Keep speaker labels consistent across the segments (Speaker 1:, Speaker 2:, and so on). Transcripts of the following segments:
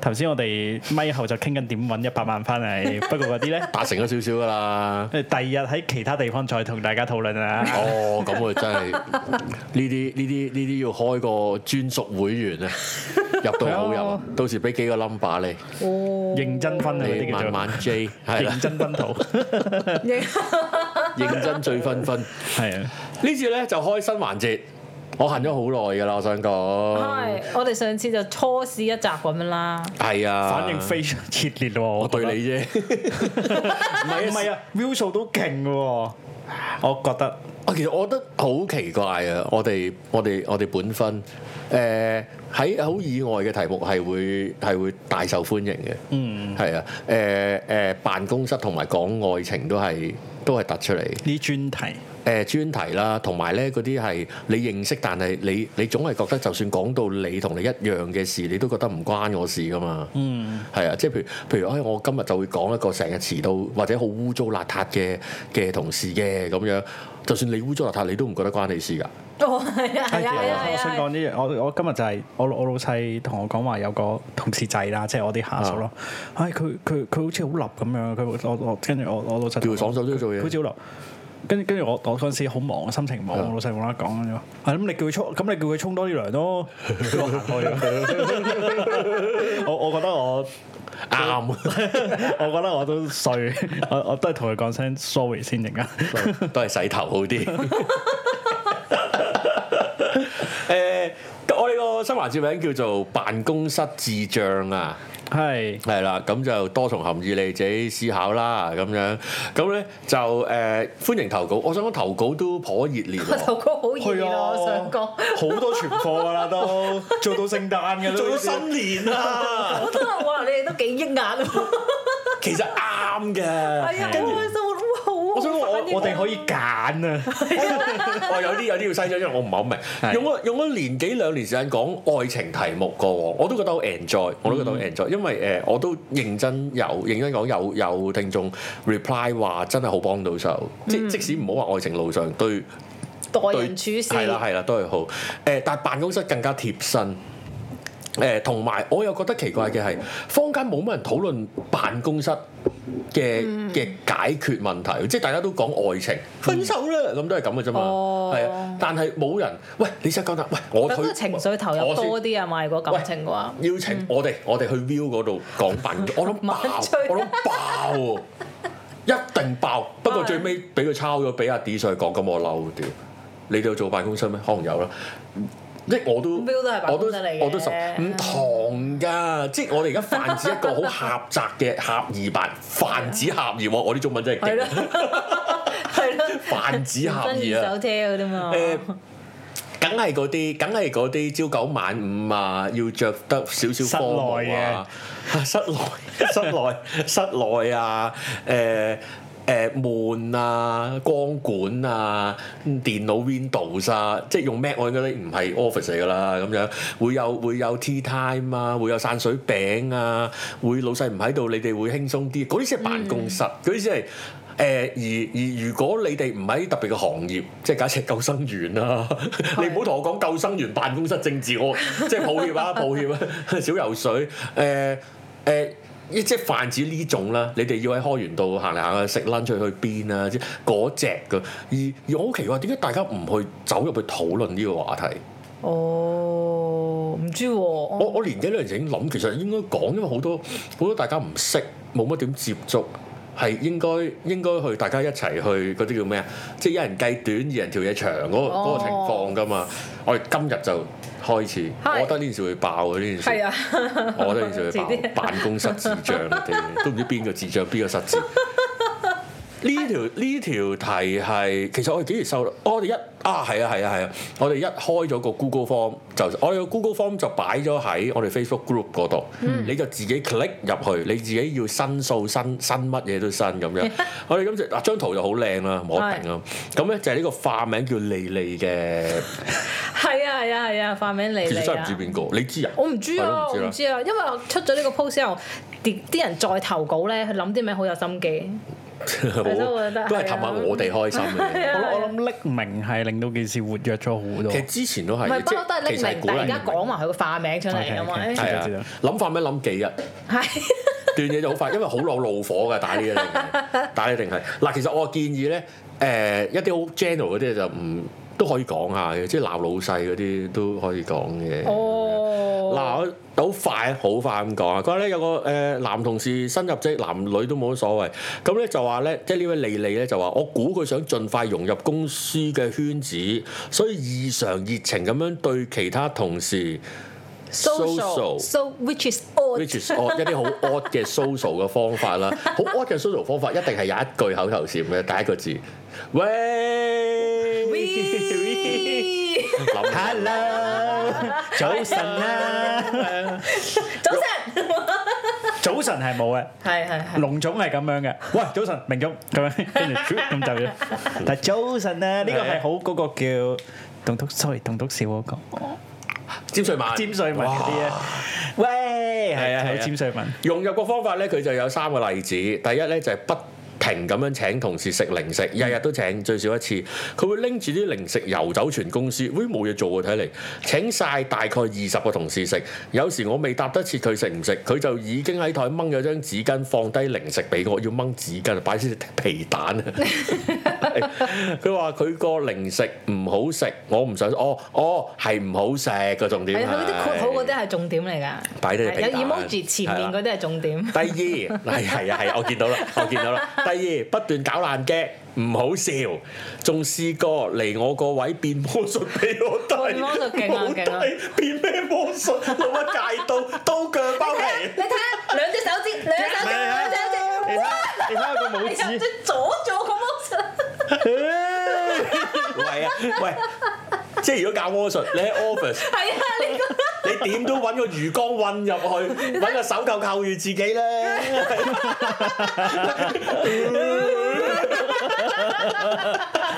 Speaker 1: 頭先我哋咪後就傾緊點揾一百萬翻 嚟，不過嗰啲咧，
Speaker 2: 八成咗少少 噶啦。
Speaker 1: 誒第二日喺其他地方再同大家討論啊。
Speaker 2: 哦，咁啊真係呢啲呢啲呢啲要開個專屬會 員啊，入到好入啊，到時俾幾個 number 你，
Speaker 3: 哦，
Speaker 1: 認真分啊，嗰
Speaker 2: 你
Speaker 1: 啲叫
Speaker 2: 慢
Speaker 1: 做
Speaker 2: 慢 J 係啦
Speaker 1: 認，真 分圖，
Speaker 2: 認真最分分。
Speaker 1: 係啊，
Speaker 2: 呢次咧就開新環節，我行咗好耐㗎啦，我想講
Speaker 3: 係，我哋上次就初試一集咁樣啦，
Speaker 2: 係啊，
Speaker 1: 反應非常熱烈喎。
Speaker 2: 我
Speaker 1: 我
Speaker 2: 對
Speaker 1: 覺得
Speaker 2: 你啫，
Speaker 1: 唔係啊唔係啊，view 數都勁嘅喎，我覺得
Speaker 2: 啊，其實我覺得好奇怪啊！我哋我哋我哋本分誒喺好意外嘅題目係會係會大受歡迎嘅，嗯，係啊，誒、誒、辦公室同埋講愛情都係都係突出嚟，誒、
Speaker 1: 呢專題
Speaker 2: 專題啦，同埋咧嗰啲係你認識，但係你你總係覺得就算講到你同你一樣嘅事，你都覺得唔關我事噶嘛，嗯，係啊，即係譬如譬如，哎，我今日就會講一個成日遲到或者好污糟邋遢嘅嘅同事嘅咁樣，就算你污糟邋遢，你都唔覺得關你事㗎。
Speaker 3: 哦係啊係啊係啊
Speaker 1: 我想
Speaker 3: 係
Speaker 1: 講
Speaker 3: 啊，
Speaker 1: 呢樣，我我今日就係我老我老細同我講話有個同事仔啦，即係我啲下屬咯。唉，佢佢佢好似好立咁樣，佢我我跟住我我老細
Speaker 2: 叫
Speaker 1: 同
Speaker 2: 佢
Speaker 1: 我
Speaker 2: 爽手啲做嘢
Speaker 1: 佢好似好立。跟住跟住我我嗰陣時好忙，心情忙，
Speaker 2: 啊
Speaker 1: 我老細冇得講咁樣。係咁，你叫佢沖，咁你叫佢沖多啲涼 咯。跟住我行開咗我我覺得我。
Speaker 2: 啱，
Speaker 1: 我 覺得我都衰，我我都係同佢講聲 sorry 先定啊。
Speaker 2: 都係洗頭好啲。誒，我哋個新環節名叫做辦公室智障啊！
Speaker 1: 係
Speaker 2: 係啦，咁就多重含義你自己思考啦，咁樣咁咧就誒、歡迎投稿，我想講投稿都頗熱烈
Speaker 3: 個
Speaker 2: 喎，
Speaker 3: 頭哥好熱啊，我想講。
Speaker 1: 好多存貨㗎啦，都做到聖誕㗎啦，
Speaker 2: 做到新年啦，
Speaker 3: 我都話哇！你哋都幾抑壓喎，
Speaker 2: 其實啱嘅。
Speaker 3: 係啊，好開心，我都好。
Speaker 2: 我想講我
Speaker 1: 我哋可以揀 啊，
Speaker 2: 我哦有啲有啲要細咗，因為我唔係好明。
Speaker 1: 係
Speaker 2: 用咗用咗年幾兩年時間講愛情題目過往，我都覺得好 enjoy，我都覺得好
Speaker 3: 嗯
Speaker 2: enjoy，因為誒、呃我都認真有認真講有有聽眾 reply 話真係好幫到手，
Speaker 3: 嗯
Speaker 2: 即即使唔好話愛情路上對
Speaker 3: 待
Speaker 2: 對
Speaker 3: 人處事，
Speaker 2: 係啦係啦都係好誒、呃但係辦公室更加貼身。誒同埋我又覺得奇怪嘅係，坊間冇乜人討論辦公室嘅
Speaker 3: 嗯
Speaker 2: 嘅解決問題，即係大家都講愛情分手啦，咁都係咁嘅啫嘛，
Speaker 3: 哦
Speaker 2: 係啊，但係冇人喂你識講啦，喂我
Speaker 3: 咁
Speaker 2: 推
Speaker 3: 個情緒投入
Speaker 2: 我先
Speaker 3: 多啲啊嘛！如果感情嘅話，
Speaker 2: 邀請我哋我哋去 view 嗰度講 辦公，我諗爆
Speaker 3: 晚吹，
Speaker 2: 我諗爆喎，一定爆。不過
Speaker 3: 係
Speaker 2: 最尾俾佢抄咗，俾阿 D 上去講，咁我嬲屌。你哋有做辦公室咩？可能有啦。即係我都，
Speaker 3: view 都係辦
Speaker 2: 我都
Speaker 3: 公室嚟嘅
Speaker 2: 我都十唔同㗎，即係我哋而家泛指一 個好狹窄嘅狹義版，泛指狹義喎。我啲中文真係
Speaker 3: 係
Speaker 2: 勁
Speaker 3: 咯，，係咯，
Speaker 2: 泛指狹
Speaker 3: 真
Speaker 2: 義
Speaker 3: 二
Speaker 2: 啊
Speaker 3: 手。車嗰啲嘛，
Speaker 2: 誒，梗係嗰啲，梗係嗰啲朝九晚五啊，要着得少少科目啊，室內、 室內、室內啊，誒、誒悶啊，光管啊，電腦 Windows 啊，即係用 Mac 我應該唔係 Office 嚟㗎啦，咁樣會有會有 tea time 啊，會有散水餅啊，會老細唔喺度，你哋會輕鬆啲，嗰啲先係辦公室，嗰啲先係。誒、而而如果你哋唔喺特別嘅行業，即係假設救生員啦、 你唔好同我講救生員辦公室政治，我即係抱歉啊，抱歉啊， 少游水誒誒。呃即係泛指呢種啦，你哋要喺開源度行嚟行去食 lunch 去去邊啊，即係嗰只嘅。而而我好奇怪，點解大家唔去走入去討論呢個話題？
Speaker 3: 哦，唔知喎，
Speaker 2: 我
Speaker 3: 我
Speaker 2: 我年幾兩年前已經諗，其實應該講，因為好多好多大家唔識，冇乜點接觸，係應該應該去大家一齊去嗰啲叫咩啊？即係一人計短，二人條嘢長嗰、個嗰
Speaker 3: 哦
Speaker 2: 個情況㗎嘛。我哋今日就開始，
Speaker 3: 係
Speaker 2: 我覺得呢件事會爆嘅呢件
Speaker 3: 係
Speaker 2: 事，
Speaker 3: 啊，
Speaker 2: 我覺得呢件事會
Speaker 3: 遲啲
Speaker 2: 爆。辦公室智 障啲，都唔知邊個智障邊個失智。呢條呢條題係其實我哋幾時收到？我哋一啊係啊係啊係啊！我哋一開咗個 Google Form 就我哋個 Google Form 就擺咗喺我哋 Facebook Group 嗰度，
Speaker 3: 嗯
Speaker 2: 你就自己 click 入去，你自己要申訴申申乜嘢都申咁 樣。我哋今次嗱啊張圖就好靚啦，冇得定啊！咁咧就係呢個化名叫莉莉嘅，
Speaker 3: 係啊係啊係啊，化名嚟
Speaker 2: 其實
Speaker 3: 嚟
Speaker 2: 真係唔
Speaker 3: 啊
Speaker 2: 知！邊個，你知啊？
Speaker 3: 我唔知
Speaker 2: 係
Speaker 3: 啊，
Speaker 2: 咯
Speaker 3: 我
Speaker 2: 啦
Speaker 3: 唔知啊，因為我出咗呢個 post 之後，啲啲人再投稿咧，佢諗啲名好有心機，
Speaker 2: 好
Speaker 3: 係咯我覺得
Speaker 2: 都係氹下我哋開心 嘅。
Speaker 3: 啊
Speaker 1: 我我諗匿名係令到件事活躍咗好多
Speaker 2: 其。實之前都
Speaker 3: 唔
Speaker 2: 係
Speaker 3: 係
Speaker 2: 嘅，
Speaker 3: 不
Speaker 2: 即
Speaker 3: 嬲都係
Speaker 2: 係其
Speaker 3: 匿
Speaker 2: 實係
Speaker 3: 名，
Speaker 2: 鼓
Speaker 3: 但係
Speaker 2: 勵
Speaker 3: 而家講埋佢個化名出嚟啊嘛，
Speaker 1: OK，OK，
Speaker 2: 係
Speaker 1: 知道
Speaker 2: 啊，諗法咩諗幾日？
Speaker 3: 係
Speaker 2: 斷嘢就好快，因為好老怒火㗎，打呢一定係，打呢一定係。嗱，其實我建議咧，誒、一啲好 general 嗰啲就唔都可以講下嘅，即係鬧老細嗰啲都可以講嘅。
Speaker 3: 哦，
Speaker 2: 嗱，我好快好快咁講啊！嗰日咧有個誒、呃男同事新入職，男女都冇乜所謂。咁咧就話咧，即係呢位莉莉咧就話，我估佢想盡快融入公司嘅圈子，所以異常熱情咁樣對其他 同事
Speaker 3: social so which is odd
Speaker 2: which is odd 一啲好 odd 嘅 social 嘅方法啦，好 odd 嘅 social 方法一定係有一句口頭禪嘅第一個字， 喂。
Speaker 3: We-
Speaker 1: Hello，早晨啦，
Speaker 3: 早晨，
Speaker 1: 早晨係冇嘅。
Speaker 3: 係係係，
Speaker 1: 龍總係咁樣嘅，喂早晨，明總咁樣，跟住咁就咗。但係早晨啊，呢個係好嗰個叫棟篤，sorry 棟篤笑嗰個
Speaker 2: 詹瑞文，
Speaker 1: 詹瑞文嗰 啲啊
Speaker 2: 哇，
Speaker 1: 喂
Speaker 2: 係
Speaker 1: 係
Speaker 2: 啊
Speaker 1: 啊，
Speaker 2: 係啊
Speaker 1: 有詹瑞文，
Speaker 2: 融入嘅方法咧，佢就有三個例子。第一咧就係、不停咁樣請同事食零
Speaker 3: 嗯
Speaker 2: 食，日日都請，最少一次。佢會拎住啲零食遊走全公司，喂冇嘢做喎睇嚟。請晒大概二十個同事食，有時我未答得切佢食唔食，佢就已經喺台掹咗張紙巾放低零食俾我，要掹紙巾擺先皮蛋啊！佢話佢個零食唔好食，我唔想哦哦係唔好食個重點
Speaker 3: 係啊佢啲括號嗰
Speaker 2: 係
Speaker 3: 啲係重點嚟㗎，
Speaker 2: 擺低隻
Speaker 3: 係
Speaker 2: 皮
Speaker 3: 有
Speaker 2: 蛋
Speaker 3: emoji 前面嗰啲係重點，
Speaker 2: 第二， 係係啊係啊，我見到啦，我見到啦。第二，不斷搞爛 g 唔好笑，仲試過嚟我個位變魔術俾我睇，
Speaker 3: 變魔術勁啊
Speaker 2: 冇
Speaker 3: 勁啊
Speaker 2: 睇變咩魔術？攞乜戒刀刀鋸包皮？
Speaker 3: 你睇下兩隻手指，兩隻手指，兩隻手指啊
Speaker 1: 你。睇你睇個
Speaker 3: 你
Speaker 1: 拇
Speaker 3: 入
Speaker 1: 指，
Speaker 3: 咗左咗個 motion，
Speaker 2: 喂啊喂！即係如果教魔術，你喺 office，
Speaker 3: 係啊，呢個
Speaker 2: 你點都揾個魚缸韞入去，揾個手扣扣住自己 咧。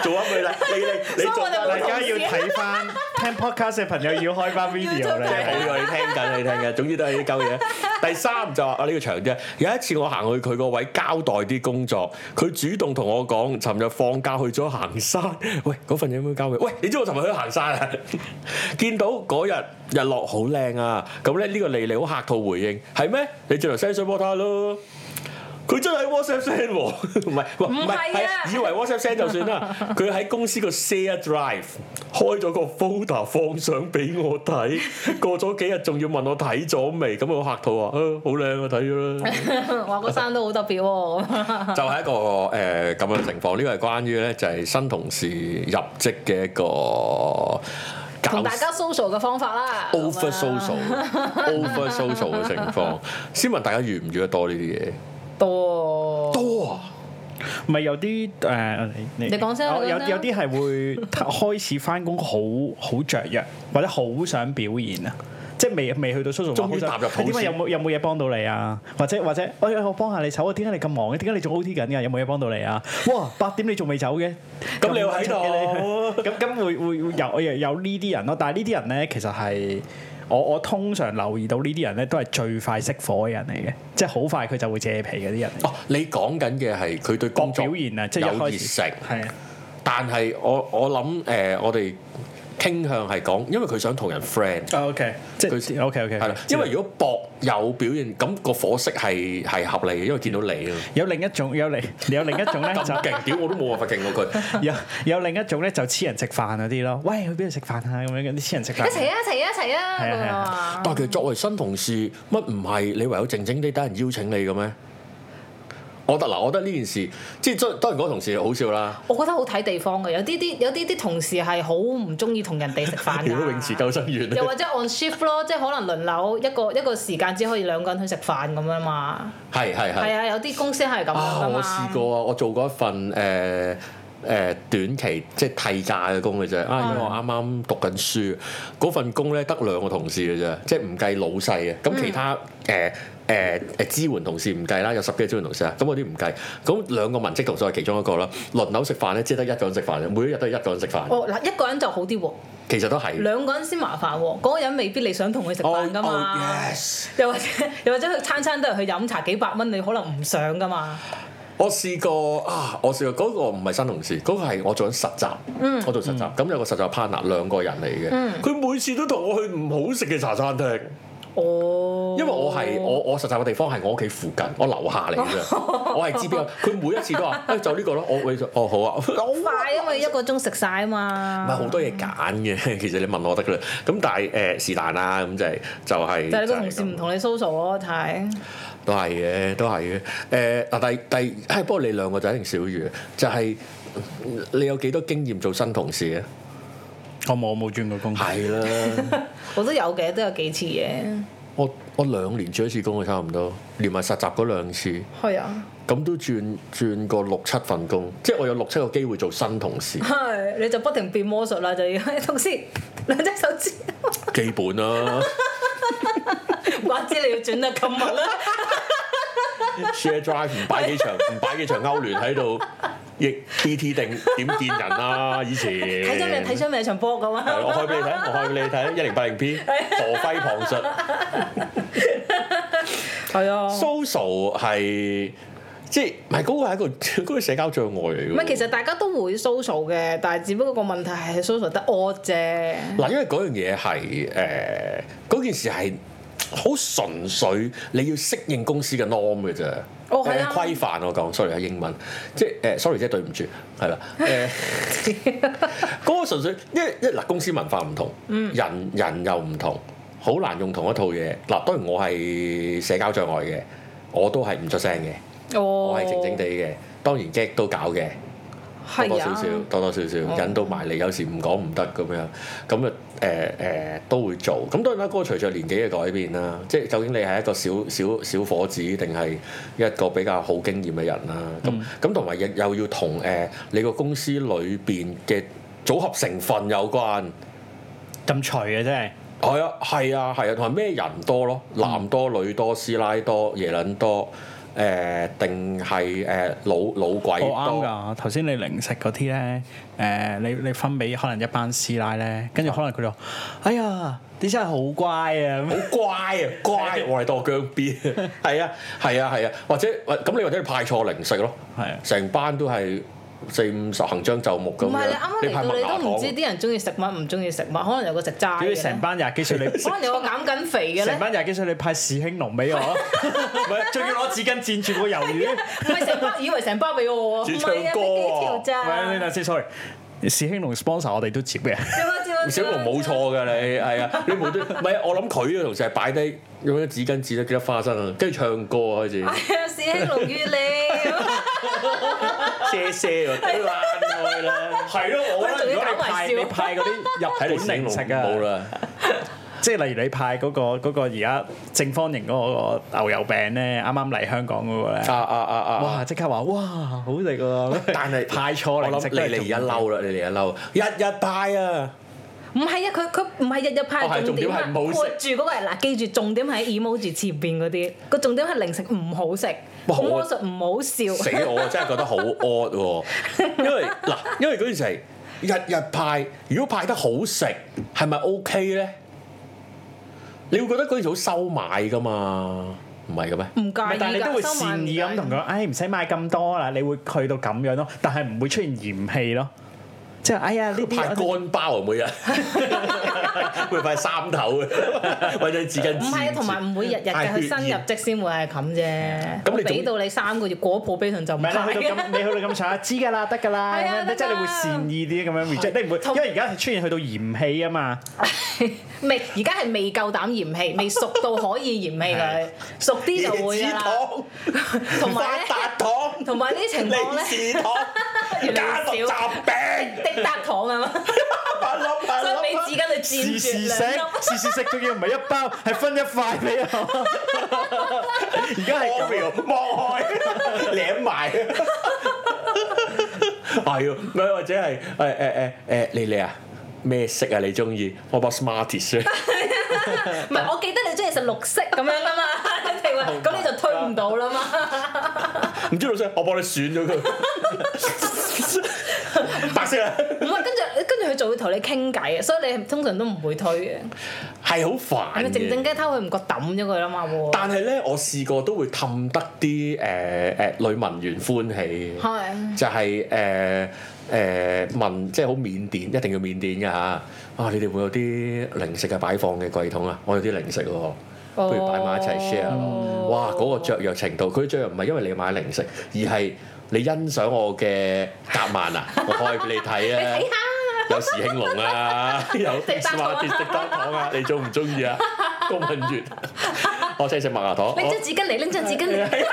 Speaker 2: 做啱佢啦，你你你
Speaker 3: 所以
Speaker 2: 做
Speaker 3: 我哋
Speaker 2: 啦
Speaker 3: 冇
Speaker 1: 大家要睇翻聽 podcast 嘅朋友要開翻 video
Speaker 3: 要做
Speaker 1: 咧
Speaker 3: 睇。
Speaker 2: 睇你聽緊，你聽緊，總之都係啲鳩嘢。第三就話啊呢個長啫，有一次我行去佢個位交代啲工作，佢主動同我講，尋日放假去咗行山。喂，嗰份嘢有冇交俾？喂，你知我尋日去咗行山啊？ 見到嗰日日落好靚啊！咁咧呢個莉莉好客套回應，係咩？你轉頭 send 水波他咯。佢真係喺 WhatsApp send 喎， 唔係唔
Speaker 3: 唔係啊
Speaker 2: 以為 WhatsApp send 就算 啦。佢喺公司個 Share Drive 開咗個 folder 放相俾我 睇，過咗幾日仲要問我睇咗未，咁我客套話：，啊好靚啊，睇咗 啦。
Speaker 3: 話個山都好特 別喎，
Speaker 2: 就係一個誒咁、樣嘅情況。呢個係關於咧就係新同事入職嘅一個搞
Speaker 3: 同大家啊 social 嘅方法啦。
Speaker 2: over social over social 嘅情 況。先問大家遇唔遇得多呢啲嘢？
Speaker 3: 多喎，
Speaker 2: 多啊！
Speaker 1: 唔係有啲誒，你
Speaker 3: 你講先啊
Speaker 1: 我
Speaker 3: 你
Speaker 1: 有
Speaker 3: 講先啊
Speaker 1: 有啲係會 開始翻工好好雀躍，或者好想表現啊。即係未未去到 social，
Speaker 2: 終於
Speaker 1: 好想
Speaker 2: 踏入普
Speaker 1: 你點解有
Speaker 2: 選
Speaker 1: 冇有冇嘢幫到你啊？或者或者，哎呀我幫下你手啊？點解你咁忙嘅？點解你仲 OT 緊㗎？有冇嘢幫到你啊？哇！八點你仲未走嘅，
Speaker 2: 咁你又喺
Speaker 1: 柒嘅你
Speaker 2: 度？
Speaker 1: 咁咁會會會有有有呢啲人咯，但係呢啲人咧其實係我我通常留意到呢啲人咧都係最快熄火嘅人嚟嘅，即係好快佢就會借皮嗰啲人嚟。
Speaker 2: 哦，你講緊嘅係佢對
Speaker 1: 搏
Speaker 2: 工作
Speaker 1: 表現啊，即係一
Speaker 2: 有熱
Speaker 1: 開始
Speaker 2: 誠，
Speaker 1: 係啊，
Speaker 2: 但係我我諗誒、呃我哋傾向係講，因為佢想同人 friend。
Speaker 1: 啊 OK，即係 OK OK，
Speaker 2: 係啦，因為如果搏有表現，咁、個火色係係合理嘅，因為見到你啊，
Speaker 1: 有另一種有另有另一種咧
Speaker 2: 咁
Speaker 1: 就
Speaker 2: 勁，屌我都冇辦法勁 過佢。
Speaker 1: 有有另一種咧就黐人食飯嗰啲咯，喂去邊度食飯啊咁樣嗰啲黐人食
Speaker 3: 一齊
Speaker 1: 飯，
Speaker 3: 啊一齊啊一齊啊
Speaker 1: 係啊係啊
Speaker 3: 咁樣
Speaker 2: 但係其實作為新同事，乜唔係你唯有靜靜地等人邀請你嘅咩？我覺得嗱，我覺得呢件事，即係當當然嗰個同事好笑啦。
Speaker 3: 我覺得好睇地方嘅，有啲啲有啲啲同事係好唔中意同人哋食飯 㗎。
Speaker 2: 屌泳池救生員，
Speaker 3: 又或者 on shift 咯，即係可能輪流一個一個時間只可以兩個人去食飯咁樣嘛。
Speaker 2: 係係係
Speaker 3: 係。啊，有啲公司係咁樣
Speaker 2: 啊！
Speaker 3: 㗎嘛。
Speaker 2: 我試過啊，我做過一份誒誒、呃短期即係替假嘅工嘅啫。啊，因為我啱啱讀緊書，嗰份工咧得兩個同事嘅啫，即係唔計老細嘅。
Speaker 3: 嗯
Speaker 2: 咁其他誒誒誒支援同事唔計啦，有十幾個支援同事啊，咁嗰啲唔計。咁兩個文職同事係其中一個啦，輪流食飯咧，即係得一個人食飯啫，每一日都係一個人食飯，
Speaker 3: 哦，嗱，一個人就好啲喎，
Speaker 2: 其實都係。
Speaker 3: 兩個人先麻煩喎。嗰個人未必你想同佢食
Speaker 2: 哦
Speaker 3: 飯㗎嘛。
Speaker 2: 哦，yes
Speaker 3: 又或者又或者佢餐餐都係去飲茶幾百蚊，你可能唔想㗎嘛。
Speaker 2: 我試過啊！我試過嗰、個唔係新同事，嗰、個係我做緊實習，
Speaker 3: 嗯
Speaker 2: 我做實習，咁、有個實習 partner 兩個人嚟嘅，佢、每次都同我去唔好食嘅茶餐廳，
Speaker 3: 哦，
Speaker 2: 因為我係我我實習嘅地方係我屋企附近，我樓下嚟嘅啫， 我係知邊個，佢每一次都話，誒、就呢個咯，我我哦好啊，好
Speaker 3: 快，因為一個鐘食晒啊嘛，
Speaker 2: 唔係好多嘢揀嘅，其實你問我得㗎啦。咁但係誒是但啦，咁就係就係
Speaker 3: 就係你個
Speaker 2: 係
Speaker 3: 同事
Speaker 2: 咁
Speaker 3: 唔同你 social 咯，睇
Speaker 2: 都係嘅，都係嘅。誒、嗱，第第，唉，不過你兩個就一定少於嘅，就係、你有幾多經驗做新同事啊？
Speaker 1: 我冇我冇轉過工，
Speaker 2: 係啦，
Speaker 3: 我都有嘅，都有幾次嘅，
Speaker 2: 我我兩年轉一次工啊嘅差唔多，連埋實習嗰兩次，
Speaker 3: 係啊，，
Speaker 2: 咁都轉轉過六七份工，即係我有六七個機會做新同事
Speaker 3: 係你就不停變魔術啦，就要 哎同事兩隻手指，
Speaker 2: 基本 啦、
Speaker 3: 唔怪之你要轉得咁密啦，
Speaker 2: share drive 唔擺幾 場唔擺幾場歐聯喺度，亦 BT 定點見人啦、以前
Speaker 3: 睇咗你睇咗咩場波咁
Speaker 2: 嗯係
Speaker 3: 啊？
Speaker 2: 我開俾你睇，我開俾你睇，一零八零 P 何輝旁述。
Speaker 3: 係啊。
Speaker 2: social 係即係唔係嗰個係一個 嗰個社交障礙嚟嘅喎。
Speaker 3: 唔係，其實大家都會 social 嘅，但係只不過個問題係 social 得 odd 啫。
Speaker 2: 嗱，因為嗰樣嘢係誒嗰件事係。好純粹，你要適應公司嘅 norm 嘅啫，
Speaker 3: 哦係啊
Speaker 2: 誒規範我講，sorry 係英文，即係誒、sorry 即係對唔住，係 啦，誒、嗰個純粹，因為因為嗱公司文化唔同，
Speaker 3: 嗯
Speaker 2: 人人又唔同，好難用同一套嘢。嗱，當然我係社交障礙嘅，我都係唔出聲嘅，
Speaker 3: 哦，
Speaker 2: 我係靜靜地嘅，當然 get 都搞嘅。多
Speaker 3: 係
Speaker 2: 多
Speaker 3: 啊，哦
Speaker 2: 少少，多多少少引到埋嚟，有時唔講唔得咁樣，咁啊誒誒都會做。咁當然啦，嗰個隨着年紀嘅改變啦，即係究竟你係一個小小小伙子，定係一個比較好經驗嘅人啦。咁
Speaker 3: 嗯
Speaker 2: 咁同埋亦又要同誒、呃你個公司裏邊嘅組合成分有關。
Speaker 1: 咁除嘅真係。
Speaker 2: 係啊，係啊，係啊，同埋咩人多咯？
Speaker 3: 嗯
Speaker 2: 男多、女多、師奶多、耶撚多，誒定係誒老老鬼
Speaker 3: 哦
Speaker 1: 我啱
Speaker 2: 多？
Speaker 1: 㗎，頭先你零食嗰啲咧，誒、你你分俾可能一班師奶咧，跟住可能佢就話：哎呀，你真係好乖啊！咁
Speaker 2: 好乖啊，乖！我係當我姜 B，係 啊，係啊，係啊，或者喂咁你或者你派錯零食咯，
Speaker 1: 係啊
Speaker 2: 成班都係四五十行將就木咁
Speaker 3: 唔係你
Speaker 2: 樣，
Speaker 3: 啱啱嚟
Speaker 2: 派
Speaker 3: 到
Speaker 2: 麥
Speaker 3: 你
Speaker 2: 芽
Speaker 3: 都唔知
Speaker 2: 糖，
Speaker 3: 啲人中意食乜唔中意食乜，可能有個食齋
Speaker 1: 屌你
Speaker 3: 嘅
Speaker 1: 成
Speaker 3: 呢，
Speaker 1: 班廿幾歲 你，
Speaker 3: 可能有個減緊肥嘅
Speaker 1: 成
Speaker 3: 咧，
Speaker 1: 班廿幾歲你派士興龍 俾我，唔係仲要攞紙巾墊住個魷魚。
Speaker 3: 唔係成包以為成包俾我喎，
Speaker 2: 主
Speaker 3: 唔
Speaker 2: 唱
Speaker 3: 係啊，
Speaker 2: 歌
Speaker 3: 俾幾
Speaker 2: 啊
Speaker 3: 條
Speaker 1: 唔係，你
Speaker 3: 咋？
Speaker 1: 等先，sorry。士興龍 sponsor 我哋都接嘅，
Speaker 3: 照啊照啊，
Speaker 2: 小龍冇錯㗎你，係啊，你無端唔 係我諗佢嘅同事係擺低用啲紙巾紙得幾多花生啊，跟住唱歌啊開 始。
Speaker 3: 係啊，史興龍與你，
Speaker 2: 遮遮喎，推爛佢啦。係咯，我
Speaker 1: 如果你派你
Speaker 3: 仲要搞埋笑
Speaker 1: 派嗰啲日
Speaker 2: 睇嚟
Speaker 1: 本
Speaker 2: 醒
Speaker 1: 零食
Speaker 2: 龍冇
Speaker 1: 啊，
Speaker 2: 啦。
Speaker 1: 即係例如你派嗰個嗰個而家正方形嗰個牛油餅咧，啱啱嚟香港嗰個咧
Speaker 2: 啊，啊啊啊！啊！
Speaker 1: 哇！即刻話哇好食喎，
Speaker 2: 但係
Speaker 1: 派錯
Speaker 2: 我
Speaker 1: 零
Speaker 2: 諗
Speaker 1: 食
Speaker 2: 你你而家嬲啦，你而家嬲，日日派啊！
Speaker 3: 唔係啊，佢佢唔係日日
Speaker 2: 哦係
Speaker 3: 派
Speaker 2: 重點
Speaker 3: 係
Speaker 2: 係唔好食
Speaker 3: 括住嗰個係嗱，記住重點喺 emoji 前邊嗰啲，個重點係零食唔好食，
Speaker 2: 哇我
Speaker 3: 魔術唔好笑
Speaker 2: 死。我啊真係覺得好 odd 喎，因為嗱，因為嗰陣時係日日派，如果派得好食，係咪 OK 咧？你會覺得嗰陣時好收買噶嘛？唔係嘅咩？
Speaker 3: 唔
Speaker 1: 唔
Speaker 3: 介意
Speaker 1: 係
Speaker 3: 㗎，
Speaker 1: 但係你都會
Speaker 3: 收埋
Speaker 1: 善意
Speaker 3: 唔介
Speaker 1: 咁
Speaker 3: 意
Speaker 1: 同佢，唉，唔使買咁多啦，你會去到咁樣咯，但係唔會出現嫌棄咯，即係哎呀呢啲
Speaker 2: 派
Speaker 1: 我哋
Speaker 2: 乾包啊，每 日會派三頭嘅， 或者紙巾
Speaker 3: 唔係啊，同埋唔會日日嘅，
Speaker 2: 太
Speaker 3: 佢
Speaker 2: 血
Speaker 3: 新入
Speaker 2: 熱
Speaker 3: 職先會係咁啫。
Speaker 2: 咁你
Speaker 3: 咁你
Speaker 2: 總
Speaker 3: 俾到你三個月過咗 probation 就唔
Speaker 1: 唔係你去到
Speaker 3: 係
Speaker 1: 咁，你去到咁上下知㗎啦，得㗎啦，
Speaker 3: 係啊
Speaker 1: 咁樣
Speaker 3: 得㗎
Speaker 1: 即係你會善意啲咁樣，即係你唔會，因
Speaker 3: 同
Speaker 1: 為而家係出現去到嫌棄啊嘛，
Speaker 3: 未而家係未夠膽 嫌棄，未熟到可以嫌棄佢，熟啲就會
Speaker 2: 椰子
Speaker 3: 㗎啦。
Speaker 2: 糖、
Speaker 3: 同埋
Speaker 2: 發
Speaker 3: 咧，
Speaker 2: 達糖、
Speaker 3: 同埋呢啲情況咧，
Speaker 2: 利是糖
Speaker 3: 越嚟越、
Speaker 2: 加
Speaker 3: 少
Speaker 2: 六雜餅，
Speaker 3: 滴答糖啊嘛，
Speaker 2: 八粒八
Speaker 3: 所以俾
Speaker 2: 粒
Speaker 3: 紙。巾
Speaker 1: 時
Speaker 3: 去
Speaker 1: 時
Speaker 3: 佔
Speaker 1: 食
Speaker 3: 住兩粒，
Speaker 1: 時時食仲要唔係一包，係分一塊俾我，而家係咁樣。
Speaker 2: Oreo 望開舐埋，係啊，唔係或者係誒誒誒誒你你啊咩色啊你中意？我包 Smarties 啊，
Speaker 3: 唔係我記得你中意食綠色咁樣㗎 嘛，一定會咁你就推唔到啦嘛。
Speaker 2: 唔知老細，我幫你選咗佢，白色啊， 啊
Speaker 3: 唔係跟住跟住佢就會同你傾偈啊，所以你通常都唔會推嘅。
Speaker 2: 係係好煩
Speaker 3: 你靜
Speaker 2: 嘅
Speaker 3: 靜。雞偷佢唔覺抌咗佢啦嘛喎。
Speaker 2: 但係咧，我試過都會氹得啲誒誒女文員歡喜嘅。
Speaker 3: 係
Speaker 2: 就係誒誒問，即係好緬甸，一定要緬甸㗎嚇。啊，你哋會有啲零食嘅擺放嘅櫃桶啊，我有啲零食喎、不如擺埋一齊 share 咯。
Speaker 3: 哦
Speaker 2: 哇！嗰、個雀躍程度，佢雀躍唔係因為你買零食，而係你欣賞我嘅夾萬啊，我開俾你睇 啊
Speaker 3: 睇。下
Speaker 2: 有時興隆啊， 有
Speaker 3: 食蛋糖啊
Speaker 2: smart 食蛋糖啊，你中唔中意 啊？高文月，我請食麥芽糖。
Speaker 1: 哦
Speaker 3: 拎
Speaker 2: 我
Speaker 3: 張紙巾嚟，拎張紙巾
Speaker 1: 啊
Speaker 3: 嚟，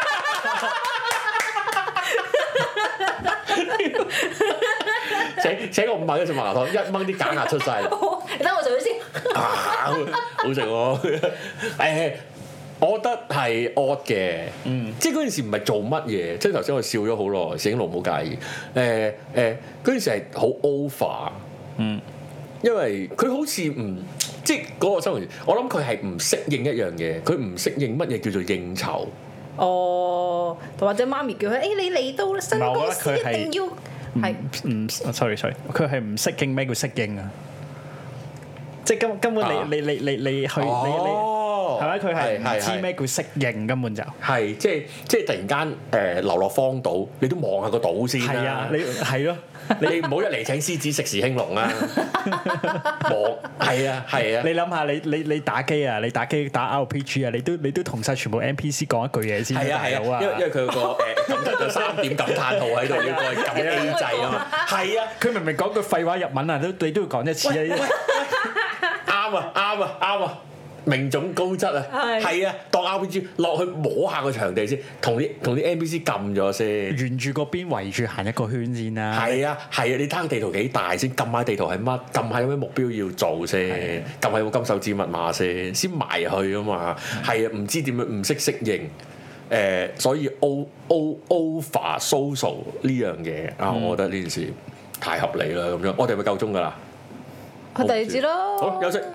Speaker 2: 請請我五百蚊食麥芽糖，一蚊啲假牙出晒嚟。
Speaker 3: 好你 等我做咗先。
Speaker 2: 啊好食喎！ 誒，我覺得係 odd 嘅，嗯，即係嗰陣時唔係做乜嘢，即係頭先我笑咗好耐，醒龍冇介意。誒誒，嗰陣時係好 over，
Speaker 1: 嗯，
Speaker 2: 因為佢好似唔即係嗰個生活，我諗佢係唔適應一樣嘢，佢唔適應乜嘢叫做應酬。
Speaker 3: 哦，或者媽咪叫佢，誒你嚟到新
Speaker 1: 唔係
Speaker 3: 公
Speaker 1: 我覺
Speaker 3: 司
Speaker 1: 得
Speaker 3: 一
Speaker 1: 佢係
Speaker 3: 定要係
Speaker 1: 唔 ừ, sorry sorry，佢 ừ, 係唔適應咩叫適應啊？即係根根
Speaker 2: 啊
Speaker 1: 本你你你你你去你你
Speaker 2: 哦
Speaker 1: 係咪？佢係唔
Speaker 2: 係
Speaker 1: 知咩叫適應根本就
Speaker 2: 係即係即係突然間誒、流落荒島，你都望下個島先啦
Speaker 1: 係啊！你係咯，
Speaker 2: 你唔好一嚟請獅子食時興隆啊！冇，係啊，係 啊
Speaker 1: 你，諗下你你你打機啊，你打機打 RPG 啊，你都你都同晒全部 NPC 講一句嘢先
Speaker 2: 係啊，
Speaker 1: 大
Speaker 2: 係
Speaker 1: 佬
Speaker 2: 啊，因為因為佢有個誒感嘆有三點感嘆號喺度，要個撳 A 掣啊嘛，係啊，
Speaker 1: 佢明明講句廢話日文啊，都你都要講一次
Speaker 2: 喂喂
Speaker 1: 啊！
Speaker 2: 啱啊，啱啊，啱啊！命種高質啊，
Speaker 3: 係
Speaker 2: 係啊，當 RPG 落去摸下個場地先，同啲同啲 NPC 撳咗先。
Speaker 1: 沿住個邊圍住行一個圈先啦。
Speaker 2: 係啊，係啊，你睇下地圖幾大先，撳下地圖係乜，撳下有咩目標要做先，撳下有冇金手指密碼先，先埋去啊嘛。係啊，唔知點樣，唔識適應。誒、所以 O O over social 呢樣嘢啊，我覺得呢件事太合理啦咁樣。我哋係咪夠鐘㗎啦？
Speaker 3: 去第二節
Speaker 2: 好，
Speaker 3: 咯。
Speaker 2: 休息。